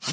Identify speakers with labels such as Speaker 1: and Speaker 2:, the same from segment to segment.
Speaker 1: 8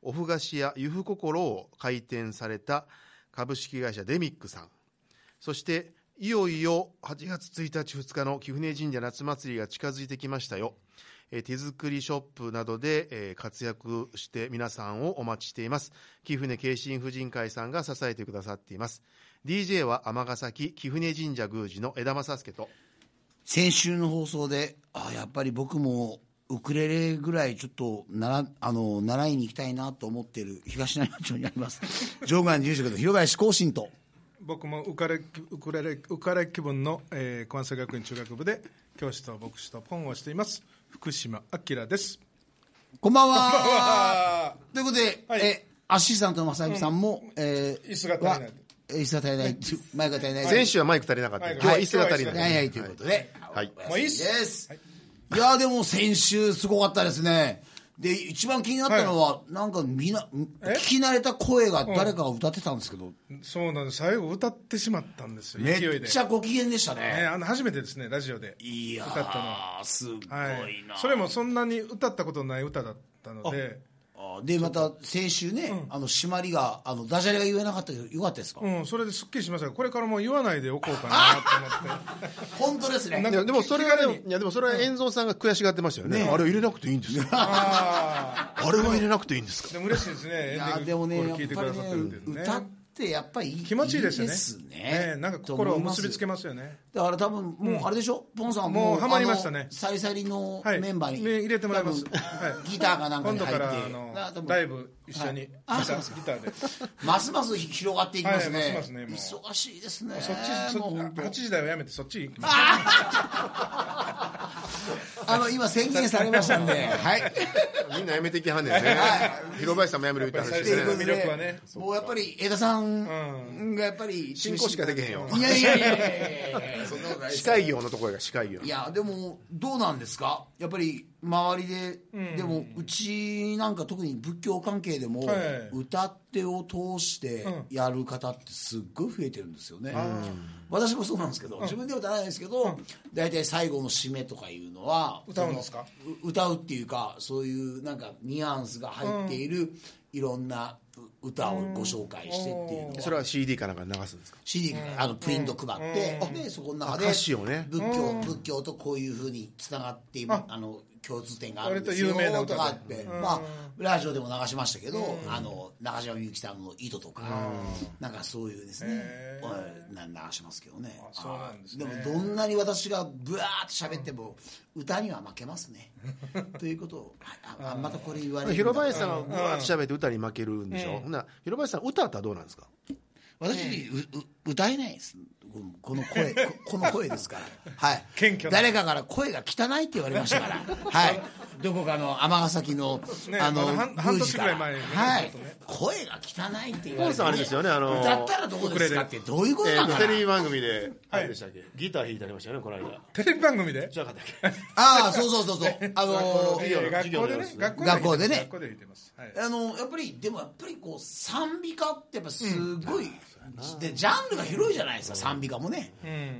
Speaker 2: おふ菓子屋ゆふ心を開店された株式会社デミックさんそしていよいよ8月1日2日の貴船神社夏祭りが近づいてきましたよえー手作りショップなどでえー活躍して皆さんをお待ちしています貴船慶心婦人会さんが支えてくださっています DJ は尼崎貴船神社宮司の枝正介と
Speaker 1: 先週の放送で、あやっぱり僕もウクレレぐらいちょっとならあの習いに行きたいなと思っている東成町にあります、場外住職の広林光信と、
Speaker 3: 僕も浮かれ浮かれ浮かれ気分の、えー、関西学院中学部で教師と牧師とポンをしています福島明です
Speaker 1: こんばんはということで、
Speaker 3: はい
Speaker 1: えアシスタントの正幸さんも、えー
Speaker 3: 椅子が足りない
Speaker 1: はえー椅子が足りない、前が足りない、
Speaker 2: 先週はマイク足りなかった、
Speaker 3: はい
Speaker 2: 今日は椅子が足りな、
Speaker 3: はい
Speaker 1: はいはいということで、
Speaker 2: はい
Speaker 3: もういいっす
Speaker 1: です、い、やでも先週すごかったですねで一番気になったのは、なんかみんな聞き慣れた声が誰かが歌ってたんですけど、
Speaker 3: そうなんです最後歌ってしまったんですよ
Speaker 1: め
Speaker 3: 勢い
Speaker 1: っ
Speaker 3: で、
Speaker 1: ちゃご機嫌でしたね
Speaker 3: えーあの初めてですねラジオで
Speaker 1: いや
Speaker 3: 歌ったの
Speaker 1: ーすごいな、
Speaker 3: はいそれもそんなに歌ったことのない歌だったので
Speaker 1: あーでまた先週ね、あの締まりがあのダジャレが言えなかったけどよかったですか、
Speaker 3: うん、それですっきりしましたがこれからもう言わないでおこうかなと思って
Speaker 1: 本当ですね
Speaker 3: なん
Speaker 2: いやでもそれがね
Speaker 3: 気軽
Speaker 2: いやでもそれは遠蔵さんが悔しがってましたよねあれ入れなくていいんですよ
Speaker 3: あ
Speaker 2: あれは入れなくていいんですか
Speaker 3: ーでも嬉しいですね
Speaker 1: い
Speaker 3: エンデ
Speaker 1: やーで
Speaker 3: ィン
Speaker 1: もね
Speaker 3: グこれ
Speaker 1: やっぱ
Speaker 3: 聞いてく
Speaker 1: り
Speaker 3: ださ
Speaker 1: ね
Speaker 3: ってるっていうね
Speaker 1: 歌ってやっぱいい
Speaker 3: 気持ちいいですよね
Speaker 1: ね
Speaker 3: ねなんか心を結びつけ
Speaker 1: ま
Speaker 3: ますよね
Speaker 1: すだから多分もうあれでしょ、ポンさんは
Speaker 3: もうハマりましたね
Speaker 1: あのサリサリの
Speaker 3: はい
Speaker 1: メンバーに、
Speaker 3: ね入れてもらいます
Speaker 1: 多分
Speaker 3: はい
Speaker 1: ギターがなんか
Speaker 3: 今
Speaker 1: に
Speaker 3: 度
Speaker 1: 入
Speaker 3: か
Speaker 1: って
Speaker 3: らあの
Speaker 1: だから多分
Speaker 3: ライブ一緒にギタ
Speaker 1: あそうです
Speaker 3: ーギターでそっ
Speaker 1: ますます広がっていきますね,、
Speaker 3: はいますますねもう
Speaker 1: 忙しいですね
Speaker 3: ちそ
Speaker 1: もう本当
Speaker 3: 8時台はやめてそっち行きます
Speaker 1: あの今宣言されましたん ではい
Speaker 2: みんなやめてきはんねんね広林さんもやめる言って
Speaker 3: や
Speaker 2: 話
Speaker 3: っ
Speaker 2: して
Speaker 3: ぱり
Speaker 2: ね
Speaker 3: 最初の魅力はね
Speaker 1: もうやっぱり江田さんがやっぱり
Speaker 2: 進行しかできへんよ
Speaker 1: いやいやいやいやい やそんなことない
Speaker 2: 司会業のところが司会業
Speaker 1: いやでもどうなんですかやっぱり周りで、でもうちなんか特に仏教関係でも、
Speaker 3: はい
Speaker 1: 歌ってを通してやる方ってすっごい増えてるんですよね、私もそうなんですけど、自分では歌わないですけど大体、最後の締めとかいうのは
Speaker 3: 歌うんですか
Speaker 1: そのう歌うっていうかそういうなんかニュアンスが入っている、いろんなう歌をご紹介してっていうのは
Speaker 2: それは CD かなんかに流すんですか
Speaker 1: CD あのプリント配って、でそこの中で
Speaker 2: 歌詞をね
Speaker 1: 仏教仏教とこういうふうにつながっていまあの共通点があるんですよ
Speaker 3: 割と有名な歌
Speaker 1: と
Speaker 3: で
Speaker 1: かあって、まあ、ラジオでも流しましたけど、あの中島みゆきさんの「糸」とか、なんかそういうですね、
Speaker 3: へ
Speaker 1: うんな流しますけどね
Speaker 3: そうなんですね
Speaker 1: あーでもどんなに私がブワーッと喋っても、歌には負けます ねということをはいああまたこれ言われるんだ
Speaker 2: 広林さんがうわーって喋って歌に負けるんでしょ、ほな広林さん歌ったらどうなんですか
Speaker 1: 私、うう歌えないですこのこの 声ここの声ですから、はい、
Speaker 3: 謙虚な
Speaker 1: 誰かから声が汚いって言われま したからはいどこかの尼崎の、
Speaker 3: ね
Speaker 1: あの
Speaker 3: まだ半
Speaker 1: 宮司から
Speaker 3: 半年ぐらい前にね
Speaker 1: はい
Speaker 3: ちょっとね
Speaker 1: 声が汚いって言わ
Speaker 2: ポ
Speaker 1: れ
Speaker 2: ン
Speaker 1: て、
Speaker 2: さんあれですよねあの
Speaker 1: 歌ったらどこですかってどういうこと
Speaker 2: え
Speaker 1: なの
Speaker 2: ー
Speaker 1: かな、
Speaker 2: テレビ番組であれでしたっけ、ギター弾いてありましたよねこの間
Speaker 3: テレビ番組で
Speaker 2: じゃなかった っけ
Speaker 1: ああそうそうそう そうあの
Speaker 2: い
Speaker 3: え
Speaker 2: いよ
Speaker 3: ー学校でね
Speaker 2: 授
Speaker 1: 学校でね
Speaker 3: 学校で言ってますはい
Speaker 1: あのやっぱりでもやっぱりこう賛美歌ってやっぱすごい、でジャンルが広いじゃないですか賛美歌もね、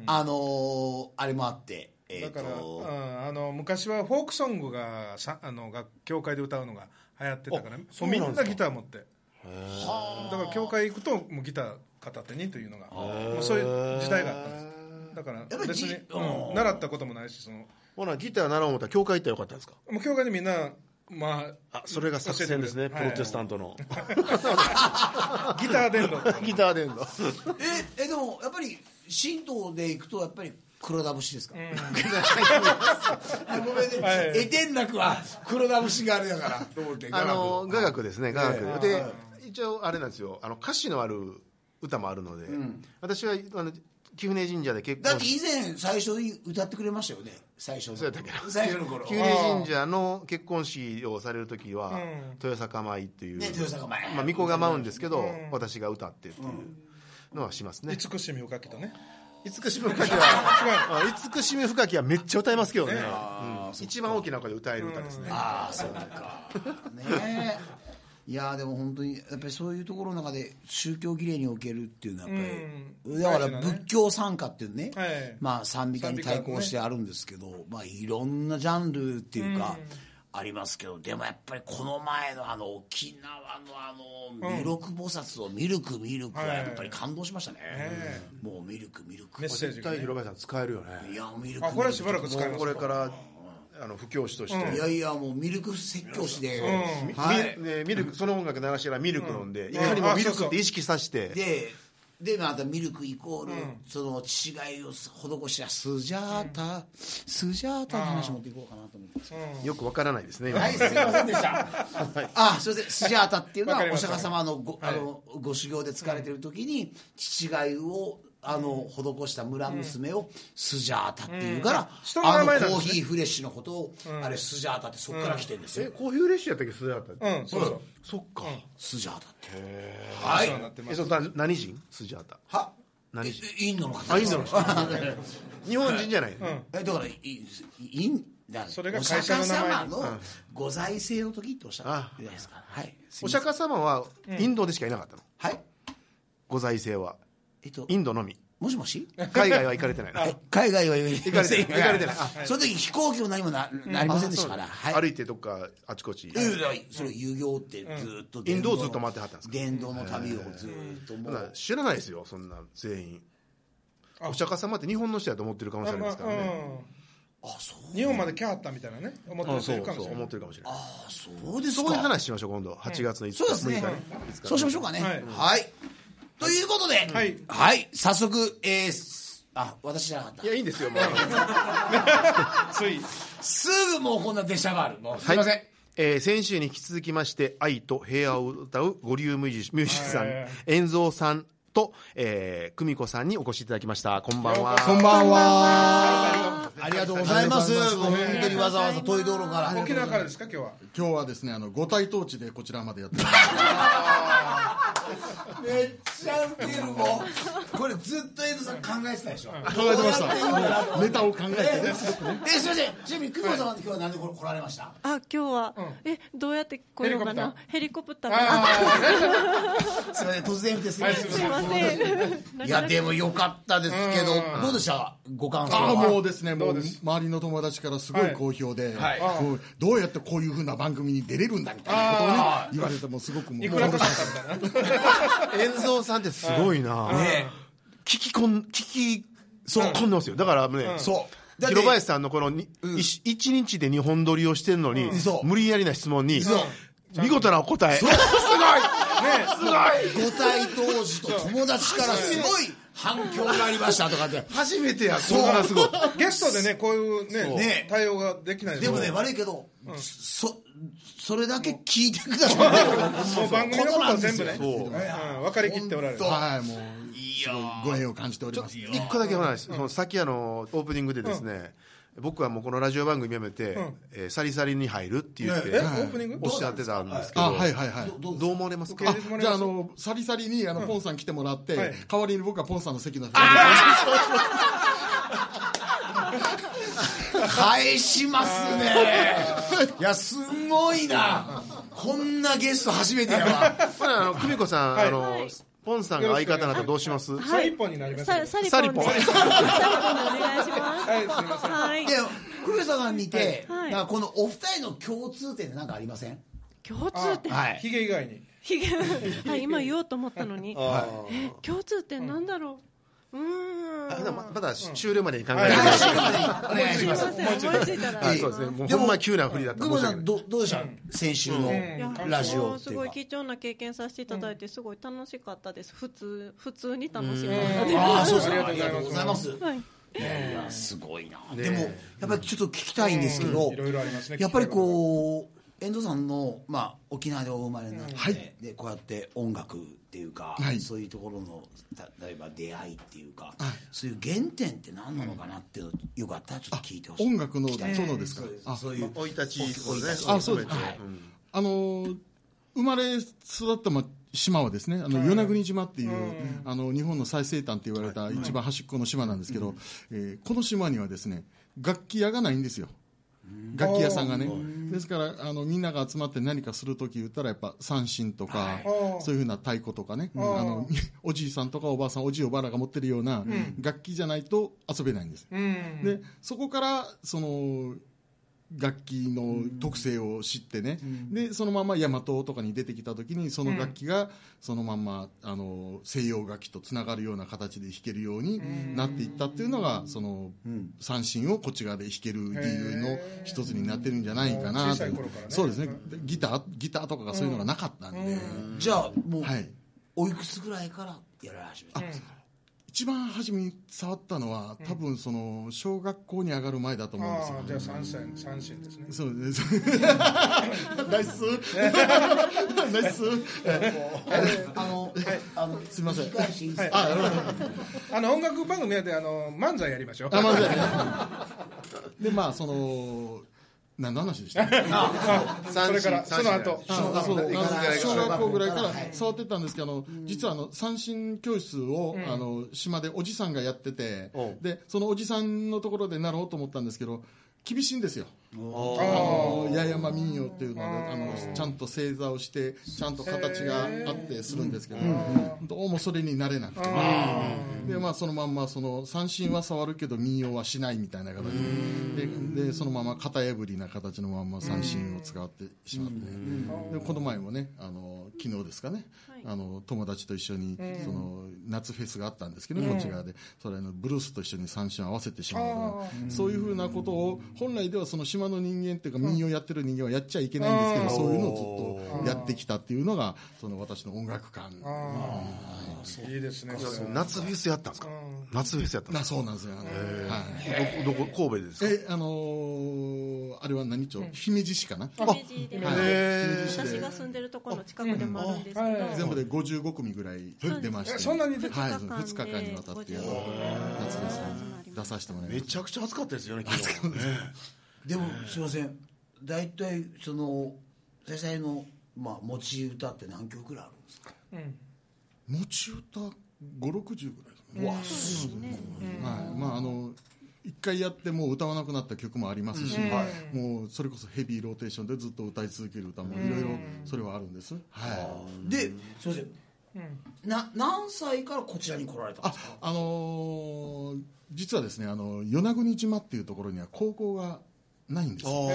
Speaker 1: あのあれもあってえ
Speaker 3: だ
Speaker 1: っ、
Speaker 3: から、
Speaker 1: と
Speaker 3: うんあの昔はフォークソングがさあの学教会で歌うのが流行ってたから
Speaker 2: そ
Speaker 3: も
Speaker 2: う
Speaker 3: う
Speaker 2: なんです
Speaker 3: み
Speaker 2: か
Speaker 3: んなギター持ってだから教会行くともうギター片手にというのがもうそういう時代があったんですだから
Speaker 1: ぱり
Speaker 3: 別
Speaker 1: じ
Speaker 3: に、
Speaker 1: うん
Speaker 3: うん習ったこともないしその
Speaker 2: ほなギター習おう思ったら教会行ったらよかったんですか
Speaker 3: もう教会でみんなまあ
Speaker 2: あそれが作戦ですね
Speaker 3: 教
Speaker 2: プ
Speaker 3: えてくれる
Speaker 2: ロテスタントの、
Speaker 3: はいギター伝道と か
Speaker 2: ギターでんの
Speaker 1: ええでもやっぱり神道で行くとやっぱり黒田節ですか、ごめんね、
Speaker 3: はい
Speaker 1: え天楽は黒田節があれだからと思って
Speaker 2: あの
Speaker 1: 雅楽
Speaker 2: 雅楽ですね雅楽、
Speaker 3: ええ
Speaker 2: で一応あれなんですよあの歌詞のある歌もあるので、私はあの貴船神社で結
Speaker 1: だっ
Speaker 2: 婚
Speaker 1: て
Speaker 2: し
Speaker 1: 以前最初に歌ってくれましたよね最初の
Speaker 2: そうやったっけ
Speaker 1: 最初の頃
Speaker 2: 貴
Speaker 1: ね
Speaker 2: 船神社の結婚式をされる時は、
Speaker 3: ん
Speaker 2: 豊坂舞っていう、
Speaker 1: 豊坂前
Speaker 2: まあ、巫女が舞うんですけど、
Speaker 3: うん
Speaker 2: 私が歌ってっていうのはしますね、
Speaker 3: 慈しみをかけたね
Speaker 2: 慈しみ深きはあ慈しみ深きはめっちゃ歌いますけどね
Speaker 1: あー
Speaker 2: うん一番大きな声で歌える歌ですね、
Speaker 1: ああそうかねえいやーでも本当にやっぱりそういうところの中で宗教儀礼におけるっていうのはやっぱり、
Speaker 3: うん
Speaker 1: だから
Speaker 3: 大事なね
Speaker 1: 仏教参加っていうね、
Speaker 3: はい
Speaker 1: まあ賛美歌に対
Speaker 3: 賛美歌
Speaker 1: 抗
Speaker 3: ね
Speaker 1: してあるんですけど、まあいろんなジャンルっていうか、ありますけどでもやっぱりこの前のあの沖縄のあの弥勒菩薩をミルクミルクはやっぱり感動しましたね、
Speaker 3: え
Speaker 1: もうミルクミルク、
Speaker 3: メッセージ
Speaker 2: 絶
Speaker 3: が、
Speaker 2: 対
Speaker 3: ね、
Speaker 2: 広林さん使えるよね
Speaker 1: いやミルク
Speaker 3: あこれはしばらく使
Speaker 2: も
Speaker 3: いま
Speaker 2: う
Speaker 3: す
Speaker 2: これからあの布教師として、
Speaker 1: いやいやもうミルク説教師で、
Speaker 2: み
Speaker 1: はい
Speaker 2: みねミルクその音楽流しながらミルク飲んで、
Speaker 3: ん
Speaker 2: いかにもミル
Speaker 3: あそう
Speaker 2: ク
Speaker 3: そ
Speaker 2: っ
Speaker 3: う
Speaker 2: て意識させて、
Speaker 1: ででまたミルクイコール、その違いを施したスジャータ、スジャータの話持っていこうかなと思ってます、
Speaker 2: よくわからないですね今
Speaker 1: はいすいませんでした、あすいませんスジャータっていうの
Speaker 3: わ
Speaker 1: は
Speaker 3: かり
Speaker 1: お
Speaker 3: まし
Speaker 1: 釈
Speaker 3: た
Speaker 1: 迦様のご,、あのご修行で疲れてる時に違いをあの施した村娘をスジャータっていうから、
Speaker 3: 人の
Speaker 1: あ
Speaker 3: 名
Speaker 1: のコ
Speaker 3: 前なんですね
Speaker 1: ーヒーフレッシュのことを、あれスジャータってそっから来てるんですよ、
Speaker 2: えコーヒーフレッシュやったっけスジャータって
Speaker 3: うんそうそう
Speaker 2: そっか、
Speaker 1: スジャータっては
Speaker 3: お
Speaker 1: い
Speaker 3: 世話になってま
Speaker 2: え
Speaker 3: す
Speaker 2: そのな何人スジャータ
Speaker 1: は
Speaker 2: 何
Speaker 1: えインドの方
Speaker 2: あインドの人 日本人じゃない、
Speaker 1: えだからいいいいんだ
Speaker 3: それが会社の名前
Speaker 1: お
Speaker 3: に
Speaker 1: 釈迦様のご在政の時っておっしゃったじゃないですかはいすい
Speaker 2: お
Speaker 1: ません
Speaker 2: 釈迦様はインドでしかいなかったの、
Speaker 1: はい
Speaker 2: ご在政は
Speaker 1: えっと
Speaker 2: インドのみ
Speaker 1: もしもし
Speaker 2: 海外は行かれてない の
Speaker 1: え海外は言え
Speaker 2: 行かれてないい行かれてないあ
Speaker 1: その時飛行機も何もななりませんでしたからはい
Speaker 2: 歩いてどっかあちこち
Speaker 1: いやいやそれ遊行ってずっと
Speaker 2: インドをずっと
Speaker 1: 待
Speaker 2: 回ってはったんですか
Speaker 1: 伝道の旅をずっとも
Speaker 2: だから
Speaker 1: う
Speaker 2: 知らないですよそんな全員
Speaker 3: あ
Speaker 2: お釈迦様って日本の人だと思ってる可能性ありますから
Speaker 3: あ
Speaker 2: ね
Speaker 3: まあ
Speaker 1: あそう
Speaker 3: うん日本まで来はったみたいなね思って
Speaker 2: あ
Speaker 3: る
Speaker 2: そ
Speaker 3: 人いうるかも
Speaker 2: そう
Speaker 3: しれな
Speaker 2: 思っ
Speaker 3: い
Speaker 2: てるかもしれない
Speaker 1: あそうです
Speaker 2: そういう
Speaker 1: か
Speaker 2: 話しましょう今度8月の5日
Speaker 1: そうですね
Speaker 2: 6日ね
Speaker 1: そうしましょうかね
Speaker 3: はい
Speaker 1: はいということではいはい早速えーすあ私じゃなかった
Speaker 2: いやいいんですよもう
Speaker 3: つい
Speaker 1: すぐもうこんな出しゃばる。もうす
Speaker 2: はいい
Speaker 1: ません。
Speaker 2: えー先週に引き続きまして愛と平和を歌う五流ミュージミュージシャンさん
Speaker 3: はい
Speaker 2: 遠蔵さんと、えー、久美子さんにお越しいただきましたこんばんは
Speaker 4: こんばんは。
Speaker 1: ありがとうございます。本当にわざわざ遠い道路から。
Speaker 3: 沖縄からですか今日は
Speaker 4: 今日はですね、あの五体統治でこちらまでやってます。
Speaker 1: めっちゃウケるもん。これずっと江戸さん考えてたでしょ。考
Speaker 4: 考えてま した。もうネタを考えてね。
Speaker 1: え、すいません。ちなみに久保さんは今日はなんでこれ来られました
Speaker 5: あ今日は、えどうやって来ようかなヘリコプターか
Speaker 3: あ
Speaker 1: すいません。突然ですいませ。
Speaker 5: なすいませんなんか
Speaker 1: いや、でも良かったですけど、どうでしたご感想
Speaker 4: あ
Speaker 1: は。
Speaker 4: もうですね、も
Speaker 3: う
Speaker 4: う
Speaker 3: です
Speaker 4: 周りの友達からすご
Speaker 3: はい
Speaker 4: い好評で、
Speaker 1: はい
Speaker 4: こうどうやってこういう風な番組に出れるんだみたいなことをね言われてもすごくもう
Speaker 3: いくらかかったんだな
Speaker 2: 遠蔵さんってすごいな、
Speaker 1: ね
Speaker 2: 聞きこん聞きそう込んでますよだからね、
Speaker 1: そう。だって
Speaker 2: 広林さんのこのに、一一日で二本撮りをしてるのに、
Speaker 1: そう
Speaker 2: 無理やりな質問に、見事なお答え。
Speaker 1: 五体当時と友達からすごい反響がありましたとかって。
Speaker 2: 初めてや、そんなすごい。
Speaker 3: ゲストでねこういうね
Speaker 1: ね
Speaker 3: 対応ができない
Speaker 1: でもね、
Speaker 3: も
Speaker 1: 悪いけど、そ、それだけ聞いてください。
Speaker 3: う番組のことは全部ね
Speaker 1: そう
Speaker 3: うん分かりきっておられる
Speaker 4: はいもうすごいご縁を感じております。
Speaker 2: 一個だけ話です。そのさっきあの、オープニングでですね、僕はもうこのラジオ番組やめて、えーサリサリに入るって言って、
Speaker 3: えオープニング
Speaker 2: おっしゃってたんですけど、
Speaker 4: あはいはいはい。
Speaker 2: どう思われますか
Speaker 3: 受
Speaker 2: あ
Speaker 3: け入れてもらえ
Speaker 4: じゃあ
Speaker 3: ま
Speaker 4: あ
Speaker 3: す
Speaker 4: のサリサリにあのポンさん来てもらって、
Speaker 3: はい
Speaker 4: 代わりに僕はポンさんの席の人に
Speaker 1: 返しますねいやすごいなこんなゲスト初めてや わ
Speaker 2: これあの、久美子さん、あの、ポンさんが相方ならどうします
Speaker 3: それ一本になります
Speaker 5: さ
Speaker 3: よ
Speaker 5: サリポン
Speaker 2: サリ
Speaker 5: でサリポンでお願いします
Speaker 3: はいすいません
Speaker 5: はい
Speaker 1: で久米さんが見て、
Speaker 5: はい
Speaker 1: なんかこのお二人の共通点って何かありません
Speaker 5: 共通点
Speaker 1: はい
Speaker 3: ヒゲ以外に
Speaker 5: ひげはい今言おうと思ったのにえ共通点なんだろうう
Speaker 2: あ
Speaker 5: ーん
Speaker 2: でもまだ終了までに考えてない
Speaker 1: 最後までお願い
Speaker 5: す
Speaker 1: し
Speaker 5: い
Speaker 1: ま
Speaker 5: ますせん思いついたら
Speaker 2: は
Speaker 5: 言
Speaker 2: い、
Speaker 5: い
Speaker 2: そうです
Speaker 5: ま
Speaker 2: すね。もうほんま急な振りだった
Speaker 1: 久
Speaker 2: 申
Speaker 1: 保さ
Speaker 2: し訳ない
Speaker 1: んどどうでした、先週の
Speaker 5: いや
Speaker 1: ラジオって
Speaker 5: す
Speaker 1: いう
Speaker 5: ごい
Speaker 1: か
Speaker 5: 貴重な経験させていただいてすごい楽しかったです普通普通に楽しかったです
Speaker 1: ああそうです
Speaker 3: あ
Speaker 1: か
Speaker 3: りが
Speaker 1: ありがとう
Speaker 3: とう
Speaker 1: ご
Speaker 3: ご
Speaker 1: ざ
Speaker 3: ざ
Speaker 1: い
Speaker 3: い
Speaker 1: ま、
Speaker 3: ます
Speaker 5: はい
Speaker 1: いやいやすごいな、でもやっぱりちょっと聞きたいんですけど、
Speaker 3: うんいろいろありますね
Speaker 1: やっぱりこう遠藤さんの、まあ、沖縄でお生まれになって、でこうやって音楽っていうか、
Speaker 4: はい
Speaker 1: そういうところのた例えば出会いっていうか、そういう原点って何なのかなっていうのよかったらちょっと聞いてほしい
Speaker 4: 音楽のそのですか
Speaker 1: そういう
Speaker 4: あ
Speaker 1: そういう
Speaker 2: 生い立ち
Speaker 1: 生い立ち
Speaker 4: あそうです
Speaker 1: はい
Speaker 4: あのー生まれ育った、ま、島はですねあの与那国島っていう、あの日本の最西端って言われた一番端っこの島なんですけど、えーこの島にはですね楽器屋がないんですよ楽器屋さんがねですからあのみんなが集まって何かする時言ったらやっぱ三振とか、そういうふうな太鼓とかね、あの おじいさんとかおばあさんおじいおばあらが持ってるような楽器じゃないと遊べないんです、
Speaker 3: うん
Speaker 4: でそこからその楽器の特性を知ってね、でそのまま大和とかに出てきた時にその楽器がそのまんまあの西洋楽器とつながるような形で弾けるようになっていったっていうのがその三振をこっち側で弾ける理由の一つになってるんじゃないかな
Speaker 3: 小
Speaker 4: と
Speaker 3: さい頃からね
Speaker 4: そうですねギターギターとかがそういうのがなかったんで、
Speaker 1: じゃあもう、
Speaker 4: はい、
Speaker 1: おいくつぐらいからやられ始めたんですか、
Speaker 4: 一番初めに触ったのは多分その小学校に上がる前だと思うんですよ
Speaker 3: ああじゃあ三線三線ですね
Speaker 4: そう です。ナイス。 ナイス。
Speaker 1: あの、あの
Speaker 4: すみません。
Speaker 1: 返していいですか、
Speaker 4: あ、なるほど
Speaker 3: あの音楽番組やであの漫才やりましょう
Speaker 4: あ、まずい。で、まあ、その。何の話でした。
Speaker 3: それからその後
Speaker 4: あそうあの小学校ぐらいか
Speaker 1: は
Speaker 4: ら触ってたんですけど、あの実はあの三振教室を、あの島でおじさんがやってて
Speaker 2: おう、
Speaker 4: でそのおじさんのところでなろうと思ったんですけど、厳しいんですよ。
Speaker 3: あ
Speaker 4: あ
Speaker 3: ー
Speaker 4: の八重山民謡っていうのはねあのちゃんと正座をしてちゃんと形があってするんですけど、どうもそれになれなくて、でまあ、そのまんまその三振は触るけど民謡はしないみたいな形でででそのまま型破りな形のまんま三振を使ってしまって、でこの前もねあの昨日ですかね、
Speaker 5: はい
Speaker 4: あの友達と一緒にその夏フェスがあったんですけど、こっち側でそれあのブルースと一緒に三振を合わせてしまうとかそういうふうなことを本来ではその島の人間っていうか民謡やってる人間はやっちゃいけないんですけど、そういうのをずっとやってきたっていうのがその私の音楽観
Speaker 3: いいですねそれは
Speaker 2: 夏フェスやったんですか夏フェスやったんで
Speaker 4: な
Speaker 2: すか
Speaker 4: そうなんですよ、あのはい、
Speaker 2: どこどこ神戸ですか
Speaker 4: えあのーあれは何町、姫路市かな
Speaker 5: 姫路で
Speaker 4: はい
Speaker 5: 私が住んでるところの近くでもあるんですけど、
Speaker 3: うんあはい
Speaker 4: 全部で55組ぐらい出まし
Speaker 3: え
Speaker 4: て
Speaker 3: そんなに出て
Speaker 4: はい、
Speaker 5: 二日間で
Speaker 4: 2日間にわたって夏フェスに出させてもらいま
Speaker 2: め
Speaker 4: した
Speaker 2: ちゃくちゃ暑かったですよね昨日
Speaker 1: でもすいません大体その先生の、まあ、持ち歌って何曲ぐらいあるんですか
Speaker 4: 持ち歌560ぐらいですね
Speaker 1: うわす
Speaker 5: そうですね
Speaker 4: はいまああの一回やってもう歌わなくなった曲もありますし、もうそれこそヘビーローテーションでずっと歌い続ける歌もいろいろそれはあるんです、はい
Speaker 1: ですいません、な何歳からこちらに来られたん
Speaker 4: あ
Speaker 1: ですか
Speaker 4: あのー実はですねあの与那国島っていうところには高校がないんですよ、は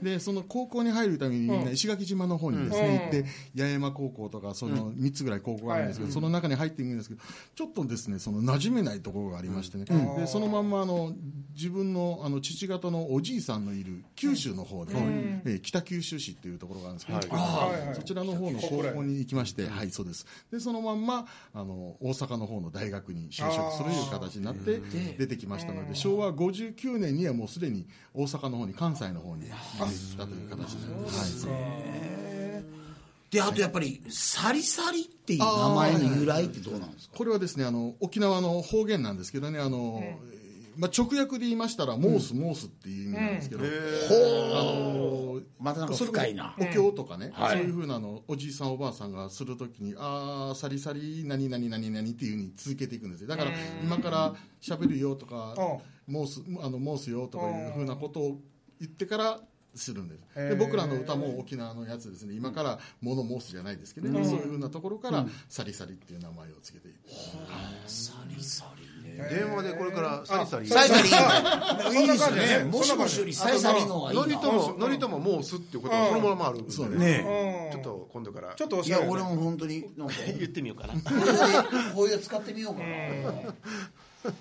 Speaker 4: い、でその高校に入るためにみんな石垣島の方にですね、行って八重山高校とかその3つぐらい高校があるんですけど、その中に入っていくんですけどちょっとですねその馴染めないところがありましてね、でそのまんまあの自分のあの父方のおじいさんのいる九州の方で、えー北九州市っていうところがあるんですけど、
Speaker 3: はいはい
Speaker 4: そちらの方の高校に行きまして、はい、そうです。で、そのまんま、あの、大阪の方の大学に就職するいう形になって、出てきましたので、昭和59年にはもうすでに大阪の方に、関西の方に行ったという形になります。はい。
Speaker 1: であとやっぱり「サリサリ」っていう名前の由来ってどうなんですか
Speaker 4: これはですね、あの、沖縄の方言なんですけどね、あの、まあ、直訳で言いましたら、モース、モースっていう意味なんですけど、あの
Speaker 1: またなんか深いな
Speaker 4: それこそお経とかね、そういうふうなのおじいさんおばあさんがするときにああサリサリ何々何々っていうふうに続けていくんですよだから今から喋るよとか申すあの申すよとかいうふうなことを言ってからするんですで僕らの歌も沖縄のやつですね今から物申すじゃないですけど、ねそういうふうなところから、サリサリっていう名前をつけている
Speaker 1: サリサリね
Speaker 2: 電話でこれからサリサリ
Speaker 1: サリサリいいいいですよね
Speaker 3: そんな感じね
Speaker 1: もしもしよりサリサリの方がいい
Speaker 2: のり
Speaker 1: な
Speaker 2: とものりとももうすっていうことはそのままあるんでね
Speaker 1: ね
Speaker 2: ちょっと今度から
Speaker 3: ちょっとお
Speaker 1: い
Speaker 3: し
Speaker 1: や
Speaker 3: ゃれで
Speaker 1: 俺も本当に なんか
Speaker 2: 言ってみようかな
Speaker 1: これでこういう使ってみようかな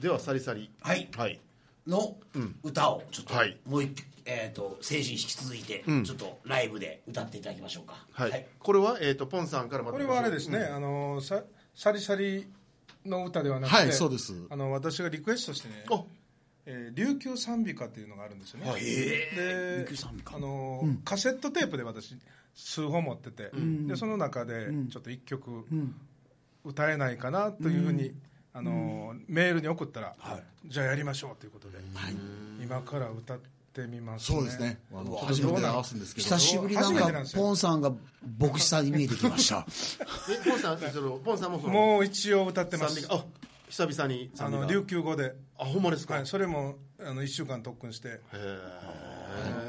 Speaker 2: ではサリサリ
Speaker 1: はい
Speaker 2: はい
Speaker 1: の歌をちょっと、
Speaker 2: はい
Speaker 1: もう一曲えっ、と精神引き続いて、ちょっとライブで歌っていただきましょうか
Speaker 2: はいこれはえっとポンさんからまた
Speaker 3: これはあれですね、あのさシャリシャリの歌ではなくて、
Speaker 4: はいそうです
Speaker 3: あの私がリクエストしてね、
Speaker 2: あ
Speaker 3: えー琉球賛美歌っていうのがあるんですよね、で
Speaker 1: 琉球賛美歌
Speaker 3: あのーカセットテープで私数本持ってて、でその中でちょっと1曲歌えないかなというふうに、あのーメールに送ったら、じゃあやりましょうということで、今から歌ってみますね
Speaker 4: そうですね。あの初めて合わすんですけど
Speaker 1: 久。しぶりなん
Speaker 3: 初めてな
Speaker 1: か
Speaker 3: んですよ
Speaker 1: ポンさんが牧師さんに見えてきました
Speaker 2: えポンさんそのポンさんもその
Speaker 3: もう一応歌ってま
Speaker 2: 賛
Speaker 3: す
Speaker 2: 美歌あ久々に
Speaker 3: あ
Speaker 2: 賛美
Speaker 3: の
Speaker 2: 歌
Speaker 3: 琉球語で、
Speaker 2: あほんまですか、
Speaker 3: はい、それもあの1週間特訓して
Speaker 2: へえ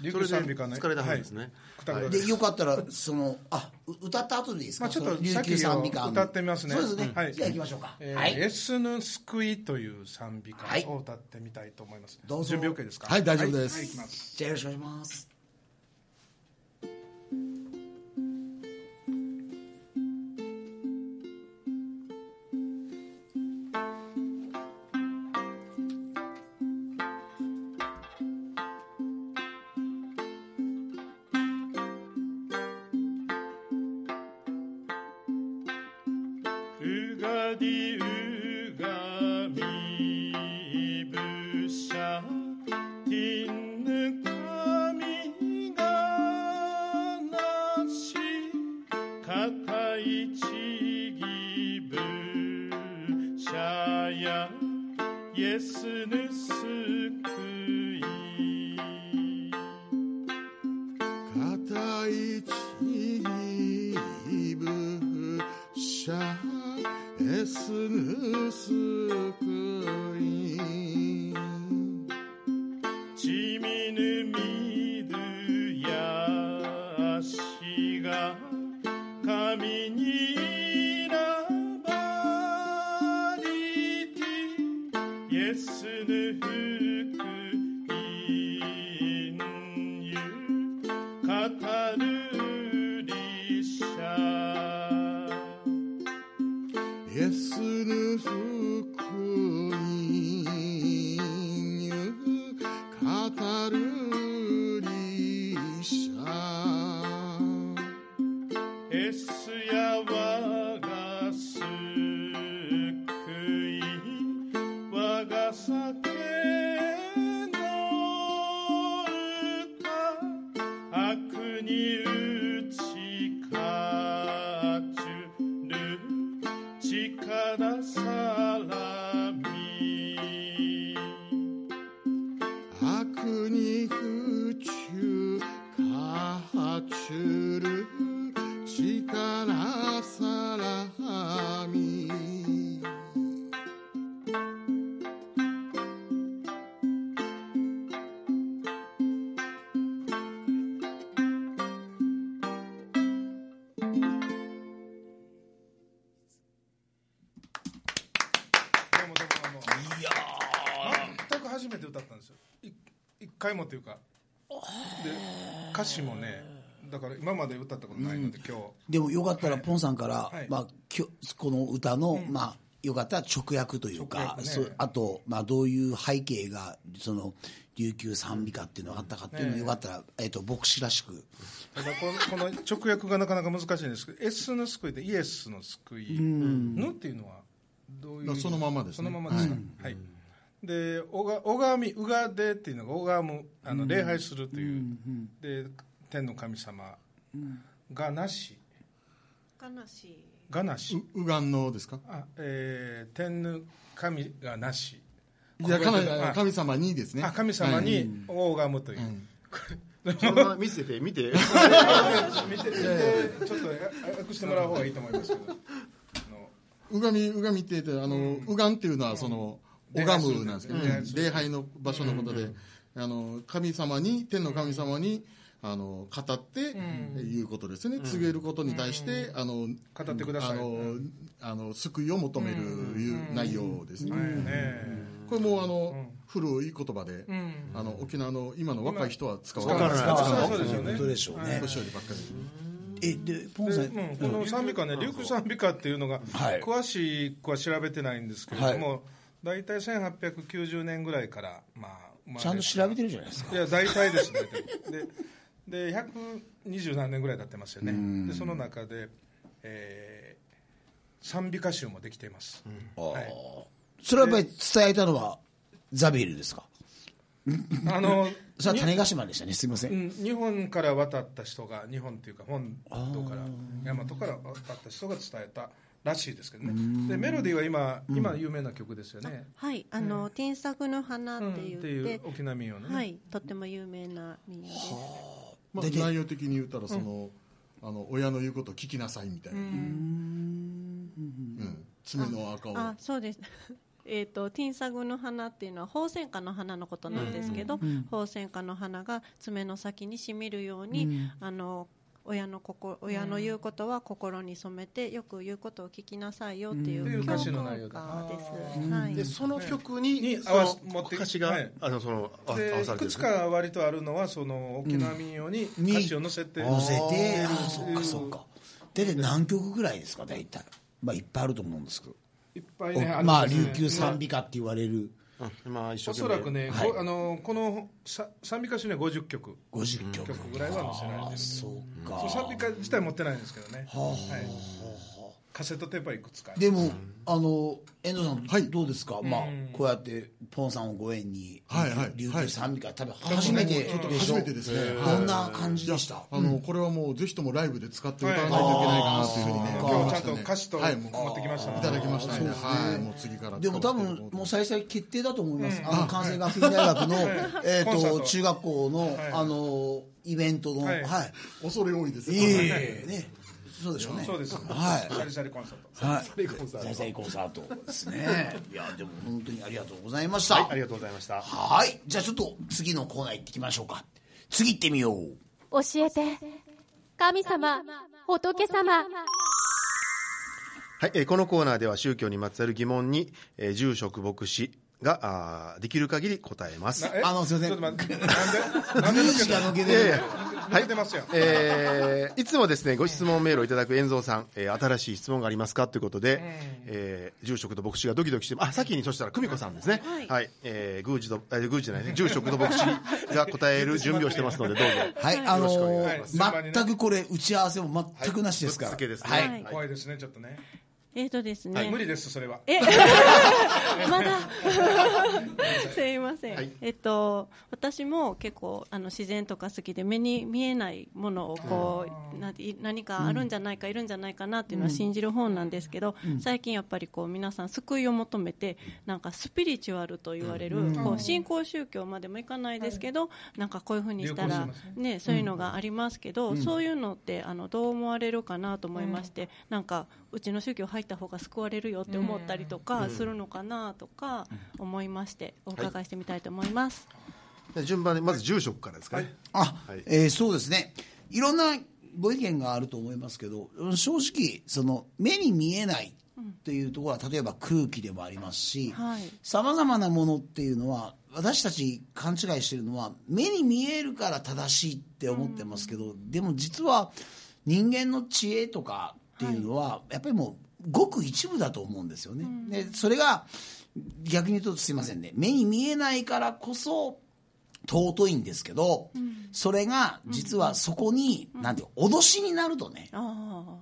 Speaker 3: 琉
Speaker 2: そ
Speaker 3: 球
Speaker 2: れで
Speaker 3: 賛美歌ね
Speaker 2: 疲れたはずですね、
Speaker 3: くたくた
Speaker 1: でよかったらそのあう歌った後でいいですか、
Speaker 3: まあちょっと
Speaker 1: その琉球賛美歌の
Speaker 3: 歌ってみますね
Speaker 1: そうですね、
Speaker 3: はい
Speaker 1: じゃあ行きましょうか、
Speaker 3: えー
Speaker 1: はい
Speaker 3: エスヌスクイという賛美
Speaker 1: はい
Speaker 3: 歌を歌ってみたいと思います、
Speaker 1: どうぞ
Speaker 3: 準備 OK ですか
Speaker 1: はい大丈夫です
Speaker 3: はい、はいいきます
Speaker 1: じゃあよろしくお願いします
Speaker 6: うがりうがみぶしゃてぬかみがなしかたいちぎぶしゃやイエスぬすくい
Speaker 4: 片一ギブシャエスヌスクイ
Speaker 6: ちみぬみるやしが神になばりてイエスぬふくいんゆかたるりしゃ
Speaker 4: イエスヌスクイ語るリシャ
Speaker 6: エスやわがすくいわが酒の歌悪に打ちかちゅる力さらみ
Speaker 4: 悪に不中かちゅる力さらみ
Speaker 3: どうもどうもどうもいや全く初めて歌ったんですよい一回もというかで歌詞もねだから今まで歌ったことないので、今日
Speaker 1: でもよかったらポンさんから、
Speaker 3: はい
Speaker 1: まあ、きょこの歌の、まあ、よかったら直訳という
Speaker 3: 直
Speaker 1: か、
Speaker 3: 訳ね
Speaker 1: そうあと、まあ、どういう背景がその琉球賛美歌っていうのがあったかっていうのを、
Speaker 3: ねえ
Speaker 1: よかったら、えっと牧師らしく
Speaker 3: ただこのこの直訳がなかなか難しいんですけど「エスの救い」で「イエスの救い」のっていうのはどういう意味
Speaker 4: そのままですね
Speaker 3: そのままですね、はいで「おが拝み」「うがで」っていうのが拝むあの礼拝するという、で天の神様がなし
Speaker 5: 悲しい。
Speaker 3: がなし
Speaker 4: うがんのですか
Speaker 3: あ、えー天の神がなし
Speaker 4: いやかなり
Speaker 3: はい
Speaker 4: 神様にですね
Speaker 3: あ神様
Speaker 4: はい
Speaker 3: に拝むという、
Speaker 2: そのまま見せて見て
Speaker 3: 見て見てちょっと訳してもらう方がいいと思いますけどあの
Speaker 4: うがみうがみって言ってあのうがんっていうのはその
Speaker 3: うん
Speaker 4: 拝むなんですけどね
Speaker 3: うん
Speaker 4: 礼拝の場所のことであの神様に天の神様にあの語っていうことですね告げることに対してあの
Speaker 3: 語ってください
Speaker 4: あの、あの救いを求めるいう内容ですね、
Speaker 3: ねえ
Speaker 4: これもあの、古い言葉で、あの沖縄の今の若い人は使わない
Speaker 3: 使わないそうですよね
Speaker 1: 本当でしょうね、
Speaker 4: 年寄りばっかり
Speaker 1: えでポン
Speaker 3: で
Speaker 1: さん、
Speaker 3: うん、この賛美歌ね、琉球賛美歌っていうのが、
Speaker 1: はい
Speaker 3: 詳しくは調べてないんですけれども、大体1890年ぐらいから、まあ、生まれ
Speaker 1: ちゃんと調べてるじゃないですか
Speaker 3: いや、大体です、大体でで、120何年ぐらい経ってますよね、でその中で、えー賛美歌集もできています、はい
Speaker 1: それはやっぱり伝えたのはザビエルですか
Speaker 3: あの
Speaker 1: それは種子島でしたねすいません、
Speaker 3: うん日本から渡った人が日本っていうか本土から大和から渡った人が伝えたらしいですけどねでメロディーは今今有名な曲ですよね、
Speaker 5: はい、あの、ティンサグの花っ
Speaker 3: うん、って
Speaker 5: 言って,、
Speaker 3: いう沖縄民謡のね、
Speaker 5: はい、とっても有名な民謡です。
Speaker 4: まあ、
Speaker 1: 大体
Speaker 4: 内容的に言ったらその、あの親の言うことを聞きなさいみたいな、うん爪の赤を
Speaker 5: あそうです えー、とティンサグの花っていうのはホウセンカの花のことなんですけど、ホウセンカの花が爪の先にしみるように、あの親の心親の言うことは心に染めてよく言うことを聞きなさいよってい
Speaker 3: うんっていうう
Speaker 5: 教
Speaker 3: 歌
Speaker 5: 科
Speaker 3: 詞
Speaker 5: です
Speaker 3: の内容だ
Speaker 5: はい
Speaker 2: でその曲に,、
Speaker 3: に
Speaker 2: そ
Speaker 3: 合わせ
Speaker 2: の
Speaker 3: 持って
Speaker 2: 歌詞が、
Speaker 3: はい
Speaker 2: あのそのあ合わされ
Speaker 3: で
Speaker 2: てるん
Speaker 3: いく
Speaker 2: で
Speaker 3: つ
Speaker 2: す
Speaker 3: か
Speaker 2: ね
Speaker 3: 割とあるのはその沖縄民謡に
Speaker 1: うん
Speaker 3: 歌詞を載せて、
Speaker 1: 乗せ
Speaker 3: あ
Speaker 1: てあ
Speaker 3: ー
Speaker 1: そっかそっか大体何曲ぐらいですか大体まあいっぱいあると思うんですけど、
Speaker 3: ーいっぱいね
Speaker 1: おまあ
Speaker 3: るんです
Speaker 1: 琉
Speaker 3: ね
Speaker 1: 球賛美歌って言われる
Speaker 2: うんまあ一生懸命
Speaker 3: おそらくね、
Speaker 1: はい
Speaker 3: こあのこのさ賛美歌集には50曲
Speaker 1: 50曲
Speaker 3: 曲ぐらいは載せられて
Speaker 1: あ
Speaker 3: る
Speaker 1: そうか
Speaker 3: そう賛美歌自体持ってないんですけどね、はい、カセットテープはいくつかある
Speaker 1: でもあの遠藤さん、どうですか、まあ、こうやってポンさんをご縁に、
Speaker 4: はいはい
Speaker 1: 琉
Speaker 4: は
Speaker 1: 球
Speaker 4: い
Speaker 1: 賛美歌多分初めてでし
Speaker 4: 初
Speaker 1: ょ、
Speaker 4: めてですね、
Speaker 1: どんな感じでした、
Speaker 4: あのこれはもうぜひともライブで使って歌わないといけないかなというふうにね、
Speaker 1: はい
Speaker 3: 今日ちゃんと歌詞と
Speaker 4: はいもう
Speaker 3: 持ってきました
Speaker 4: い
Speaker 3: ので
Speaker 4: ただきましたねはいもう次から
Speaker 1: でも多分もう最初決定だと思います、あの関西学院大学のえ
Speaker 3: コンサー
Speaker 1: ーと
Speaker 3: ト
Speaker 1: 中学校の、あのイベントのは、
Speaker 3: はいい
Speaker 4: 恐れ多いです
Speaker 1: い、
Speaker 4: ね
Speaker 1: いえいえねそうでしょうね
Speaker 3: そうです、
Speaker 1: はい
Speaker 3: シャリシャリコンサート
Speaker 1: はい、在在コンサートですね。いや、でも本当にありがとうございました。
Speaker 2: ありがとうございました
Speaker 1: はい、じゃあちょっと次のコーナー行ってきましょうか。次行ってみよう。
Speaker 7: 教えて神様仏様
Speaker 2: はい、えーこのコーナーでは宗教にまつわる疑問に、えー住職牧師があーできる限り答えます
Speaker 3: な。え
Speaker 1: あのすいません
Speaker 3: ちょっと待ってなんでなんで抜け
Speaker 1: 字が
Speaker 3: た
Speaker 1: 抜け
Speaker 2: いやい
Speaker 1: てる
Speaker 2: や。
Speaker 3: 抜けてますよ、
Speaker 2: えーいつもですねご質問メールをいただく遠蔵さん、えー新しい質問がありますかということで、えー住職と牧師がドキドキしてあ先にそしたら久美子さんですねはい、えー宮司とえー宮司じゃないね住職と牧師が答える準備をしてますのでどうぞ
Speaker 1: はい、あの
Speaker 2: よ
Speaker 3: ろしくお願いします
Speaker 1: 全くこれ打ち合わせも全くなしですから。
Speaker 2: ぶっつけですね
Speaker 1: はい。
Speaker 5: はい
Speaker 3: 怖いですねちょっとね、
Speaker 5: えーとですね、
Speaker 3: 無理ですそれは
Speaker 5: え まだ すいません、
Speaker 2: はい
Speaker 5: えっと私も結構あの自然とか好きで目に見えないものをこうな何かあるんじゃないか、いるんじゃないかなっていうのは信じる方なんですけど、最近やっぱりこう皆さん救いを求めてなんかスピリチュアルと言われる、こう信仰宗教までもいかないですけど、なんかこういうふうにした
Speaker 3: 流行
Speaker 5: ら
Speaker 3: してます
Speaker 5: ねそういうのがありますけど、そういうのってあのどう思われるかなと思いまして、なんかうちの宗教入った方が救われるよって思ったりとかするのかなとか思いましてお伺いしてみたいと思います。
Speaker 2: で順番でまず住職からですかね、
Speaker 1: あ、
Speaker 2: はい
Speaker 1: えーそうですね。いろんなご意見があると思いますけど、正直、その、目に見えないっていうところは、例えば空気でもありますし
Speaker 5: はい、
Speaker 1: さまざまなものっていうのは、私たち勘違いしてるのは、目に見えるから正しいって思ってますけど、でも実は、人間の知恵とかっていうのは、やっぱりもう、ごく一部だと思うんですよね。で、それが、逆に言うとすいませんね、目に見えないからこそ、尊いんですけど、それが実はそこに、なんていうの脅しになるとね、
Speaker 5: あ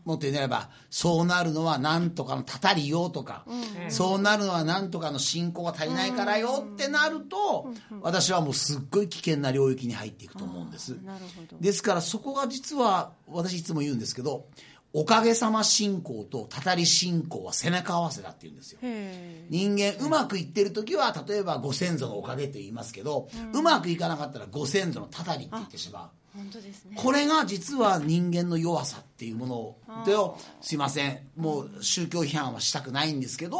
Speaker 1: もっと言えばそうなるのはなんとかのたたりよとか、そうなるのはなんとかの信仰が足りないからよってなると、私はもうすっごい危険な領域に入っていくと思うんです
Speaker 5: あ、なるほど。
Speaker 1: ですからそこが実は私いつも言うんですけどおかげさま信仰とたたり信仰は背中合わせだって言うんですよ
Speaker 5: へえ。
Speaker 1: 人間うまくいってる時は例えばご先祖のおかげと言いますけど、うまくいかなかったらご先祖のたたりって言ってしまう
Speaker 5: 本当ですね。
Speaker 1: これが実は人間の弱さっていうものをですいませんもう宗教批判はしたくないんですけど、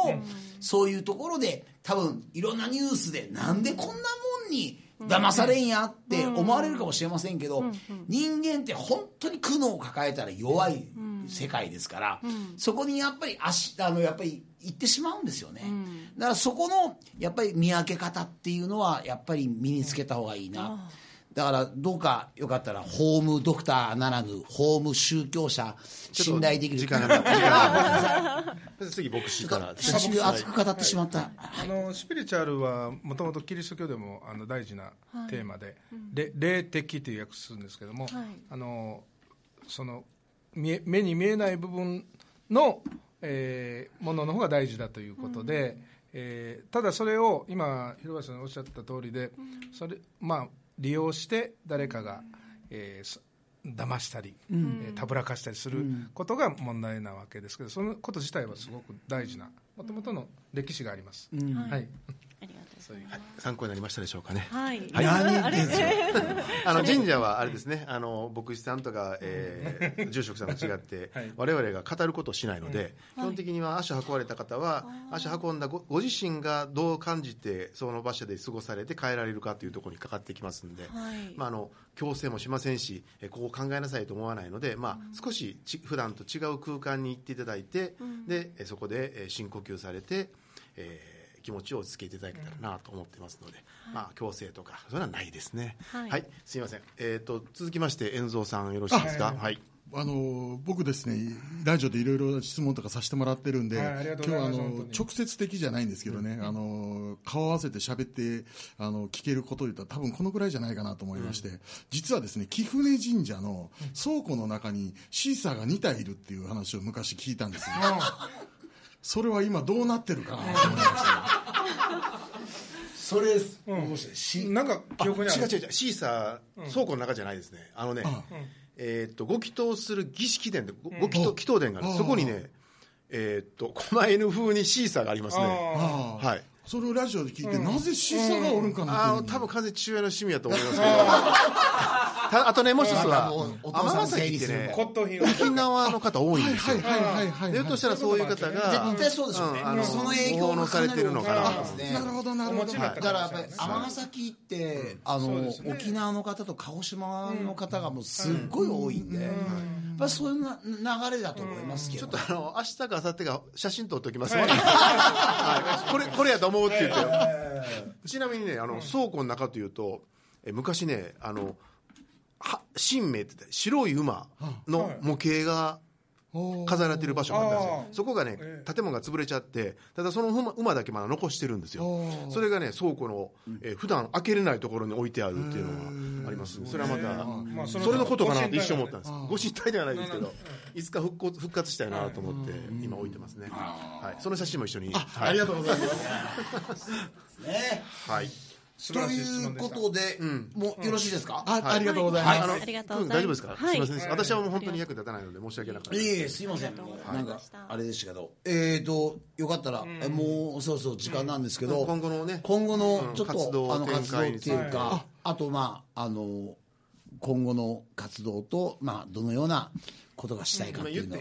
Speaker 1: そういうところで多分いろんなニュースでなんでこんなもんに騙されんやって思われるかもしれませんけど、人間って本当に苦悩を抱えたら弱い世界ですから、そこにやっぱり足あのやっぱり行ってしまうんですよね、だからそこのやっぱり見分け方っていうのはやっぱり身につけた方がいいな、だからどうかよかったらホームドクターならぬホーム宗教者信頼できる
Speaker 2: 時間が時間 が次牧師から
Speaker 1: 久しぶりに熱く語ってしまった、
Speaker 3: あのスピリチュアルはもともとキリスト教でもあの大事なテーマで、れ霊的という訳するんですけども、あのその見え目に見えない部分の、えーものの方が大事だということで、えーただそれを今、広林さんがおっしゃった通りで、それまあ、利用して誰かが、えーそ騙したり、えーたぶらかしたりすることが問題なわけですけど、そのこと自体はすごく大事な、もともとの歴史があります。
Speaker 5: はい
Speaker 3: はい
Speaker 5: ありがとうございます。
Speaker 2: 参考になりましたでしょうかね。
Speaker 5: はい。
Speaker 1: 何言ってんすか
Speaker 2: あの神社はあれですね、あの牧師さんとか、えー住職さんが違 って、我々が語ることをしないので、基本的には足を運ばれた方は、足を運んだごご自身がどう感じて、その場所で過ごされて帰られるかというところにかかってきますので、
Speaker 5: はい
Speaker 2: まあ、あの強制もしませんし、えーこう考えなさいと思わないので、まあ、少しち普段と違う空間に行っていただいて、でえーそこでえー深呼吸されて、えー気持ちを落ち着けていただけたらなと思ってますので、まあ、強制とか、それはないですね。は、
Speaker 5: はいい
Speaker 2: すみません。えっ、と、続きまして、遠蔵さん、よろしいですか。はい。
Speaker 4: あの僕ですね、ラジオでいろいろ質問とかさせてもらってるんで、
Speaker 3: はいありがとうご
Speaker 4: 今
Speaker 3: ざ
Speaker 4: 日
Speaker 3: います
Speaker 4: はあの
Speaker 3: 本当に
Speaker 4: 直接的じゃないんですけどね、あの顔合わせて喋ってあの聞けることを言ったら、多分このくらいじゃないかなと思いまして、実はですね、貴船神社の倉庫の中にシーサーが2体いるっていう話を昔聞いたんですよ。それは今どうなってるかなと思いました。
Speaker 1: それ、うん、し
Speaker 3: なんか
Speaker 2: あ
Speaker 3: 記憶にある
Speaker 2: 違う違う違う。シーサー、倉庫の中じゃないですね。あのね、えっ、と、ご祈祷する儀式殿で、ごご祈祷、祈祷殿がある。
Speaker 4: あー
Speaker 2: そこにね、えっ、と、狛犬風にシーサーがありますね。
Speaker 3: あ
Speaker 4: ああ
Speaker 2: はい。
Speaker 4: それをラジオで聞いて、なぜシーサーがおるんかな
Speaker 2: ああ、
Speaker 4: というふうに
Speaker 2: 多分完全に父親の趣味だと思いますけど。たあとね、もう一つは
Speaker 1: なんかもう、お父さん
Speaker 2: 尼崎っ
Speaker 1: 整理す
Speaker 2: て
Speaker 1: る
Speaker 2: ね
Speaker 1: の、
Speaker 3: 骨董品を
Speaker 2: 沖縄の方多いんですよ。
Speaker 4: はいはいはいはいはい。
Speaker 2: でひょっとしたらそういう方が、
Speaker 1: 絶対そうでしょうね、
Speaker 2: うんあの
Speaker 1: その影響がかなり大きいですね
Speaker 4: なるほどなるほど。
Speaker 3: に
Speaker 1: だ
Speaker 3: なった
Speaker 1: か
Speaker 3: からも
Speaker 1: やっ
Speaker 3: しれ
Speaker 1: ぱ
Speaker 3: な
Speaker 1: り
Speaker 3: いで
Speaker 1: 尼
Speaker 3: すね
Speaker 1: 崎って、あの
Speaker 3: そうですね
Speaker 1: 沖縄の方と鹿児島の方がもうすっごい多いんで、やっぱりそういうな流れだと思いますけど、
Speaker 2: ちょっとあの明日か明後日か写真撮っておきますね、はいこれこれやと思うって言って、ちなみにねあの、倉庫の中というとえ昔ねあのは神明って言って白い馬の模型が
Speaker 4: おー
Speaker 2: 飾られてる場所があったんですよ
Speaker 3: あー
Speaker 2: そこがね
Speaker 3: え
Speaker 2: 建物が潰れちゃってただその馬馬だけまだ残してるんですよ
Speaker 4: おー
Speaker 2: それがね倉庫の、え普段開けれないところに置いてあるっていうのがありますそれはまた、
Speaker 3: まあそ
Speaker 2: それのことかなって一瞬思ったんで
Speaker 3: で
Speaker 2: すご神体ではないですけどいつか復活復活したいなと思って今置いてますね、はい、その写真も一緒にありがとうござい ます、はい
Speaker 3: す
Speaker 1: ということで、もうよろしいですか、
Speaker 4: あ、ありがとうございます。
Speaker 5: はい
Speaker 2: の
Speaker 5: ありがとう
Speaker 2: 君
Speaker 5: ござ
Speaker 2: 大丈
Speaker 5: い
Speaker 2: 夫
Speaker 5: ま
Speaker 2: です
Speaker 5: す。
Speaker 2: か、
Speaker 5: は
Speaker 2: すいませんでした私はもう本当
Speaker 5: あ
Speaker 2: に
Speaker 5: りが
Speaker 2: 役立たないので申し訳なかった
Speaker 1: い
Speaker 2: です
Speaker 1: えいえすいません
Speaker 5: ありがとうございま
Speaker 1: なん
Speaker 5: した
Speaker 1: かあれでしたけどえーとよかったら、えもうそうそう時間なんですけど、
Speaker 2: 今後のね
Speaker 1: 今後
Speaker 2: う
Speaker 1: の
Speaker 2: ん
Speaker 1: ちょっと、
Speaker 2: 活動
Speaker 1: あの
Speaker 2: 展開
Speaker 1: 活動っていうか、
Speaker 3: は
Speaker 1: あとまああの今後の活動とまあどのようなことがしたいかっていうのを、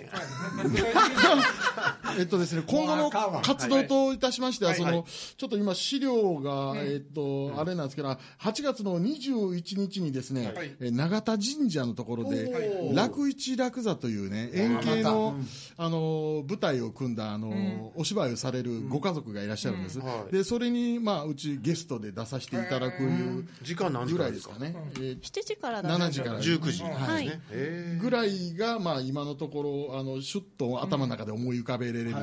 Speaker 4: えっとですね、今後の活動といたしましては、
Speaker 3: はい
Speaker 4: そ
Speaker 3: はい
Speaker 4: の、ちょっと今資料が、えっと、あれなんですけど、8月の21日にですね
Speaker 3: はい、
Speaker 4: え永田神社のところで、楽一楽座というね、円形の、あの、舞台を組んだ、あの、お芝居をされるご家族がいらっしゃるんです
Speaker 2: んは。い
Speaker 4: で、それに、まあ、うちゲストで出させていただくいう
Speaker 2: 時間何時
Speaker 4: ぐ
Speaker 2: かららで
Speaker 4: いですす
Speaker 2: か
Speaker 4: かね。えー
Speaker 5: 7時からだった
Speaker 4: 7時からですね
Speaker 2: 19時
Speaker 3: うん
Speaker 2: なんです
Speaker 5: は
Speaker 2: ね、え
Speaker 4: ぐらいが、まあ、今のところあのシュッと頭の中で思い浮かべられるや,、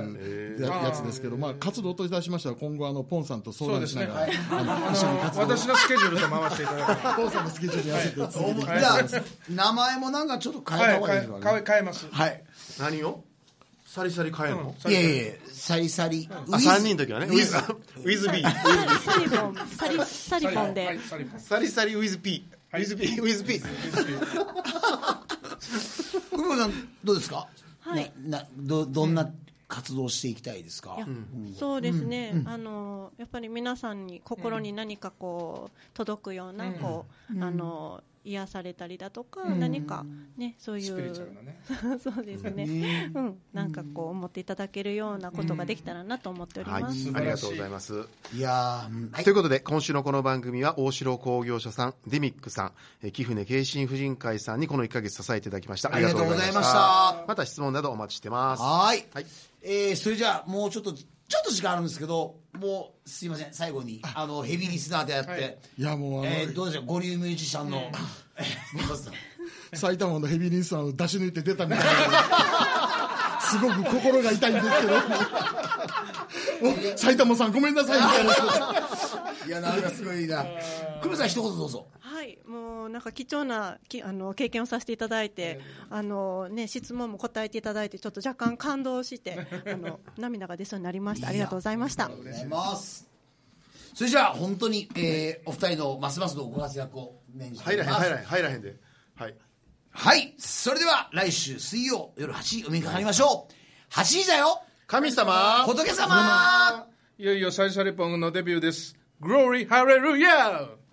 Speaker 3: はい
Speaker 4: やつですけど、まあ、活動といたしましては今後あのポンさんと相談しな
Speaker 3: そ
Speaker 4: がら、
Speaker 3: うで
Speaker 4: あの一緒に活動
Speaker 3: 私のスケジュールと回していただいて
Speaker 4: ポンさんのスケジュールに合わせて続けていき
Speaker 1: じ
Speaker 4: たい
Speaker 1: ゃあ名前もなんかちょっと変え
Speaker 3: は
Speaker 1: た
Speaker 3: い
Speaker 1: 方がいいですかね、
Speaker 3: 変え変えます
Speaker 1: はい
Speaker 2: 何をサリサリ変えるの、
Speaker 1: いやいやいやサリサリ
Speaker 2: あ3人の時はねウ
Speaker 1: ウィ
Speaker 2: ィ
Speaker 1: ズ
Speaker 2: ズウィズ B
Speaker 5: サリボン、サリ、サリボン
Speaker 3: はい
Speaker 5: で。
Speaker 3: サリボン
Speaker 2: サリサリウィズ P ウィズ P ウィズ P
Speaker 1: ウィズさんどうですか、
Speaker 5: はい
Speaker 1: ななどどんな活動をしていきたいですか、
Speaker 5: いやそうですね、あのやっぱり皆さんに心に何かこう届くような、こうあの癒されたりだとか、何かねそういう
Speaker 3: スピリチュアルなね
Speaker 5: そうですね、うん、なんかこう思っていただけるようなことができたらなと思っており
Speaker 2: はい
Speaker 5: ます。
Speaker 2: ありがとうございます
Speaker 1: いやーうんはい
Speaker 2: ということで、今週のこの番組は、大城工業所さん、デミックさん、えー貴船慶心婦人会さんにこの1ヶ月支えていただきました。
Speaker 1: ありがとうございました
Speaker 2: ありがとうございましたまた質問などお待ちしてます。
Speaker 1: はーい
Speaker 2: はい
Speaker 1: えーそれじゃあもうちょっとちょっと時間あるんですけどもうすいません最後にあのヘビーリスナーでやって、
Speaker 4: いやもうあの、
Speaker 1: えーどうでしょう五流ミュージシャンの、
Speaker 4: 埼玉のヘビーリンスさんを出し抜いて出たみたいなすごく心が痛いんですけどお埼玉さんごめんなさいみたいな
Speaker 1: いや、なんかすごいな。久米さん、一言どうぞ。
Speaker 5: はい、もうなんか貴重なきあの経験をさせていただいて、あのね質問も答えていただいて、ちょっと若干感動して、あの涙が出そうになりました。ありがとうございました。
Speaker 1: お願いします。それじゃあ、本当に、えー、お二人のますますのご活躍を念じてお
Speaker 2: 入
Speaker 1: り
Speaker 2: らへん
Speaker 1: ます。
Speaker 2: 入らへん入らへんではい
Speaker 1: はい。それでは、来週水曜夜8時、お目にかかりましょう。8時だよ
Speaker 2: 神様
Speaker 1: 仏様
Speaker 3: いよいよ最初レポンのデビューです。Glory Hallelujah!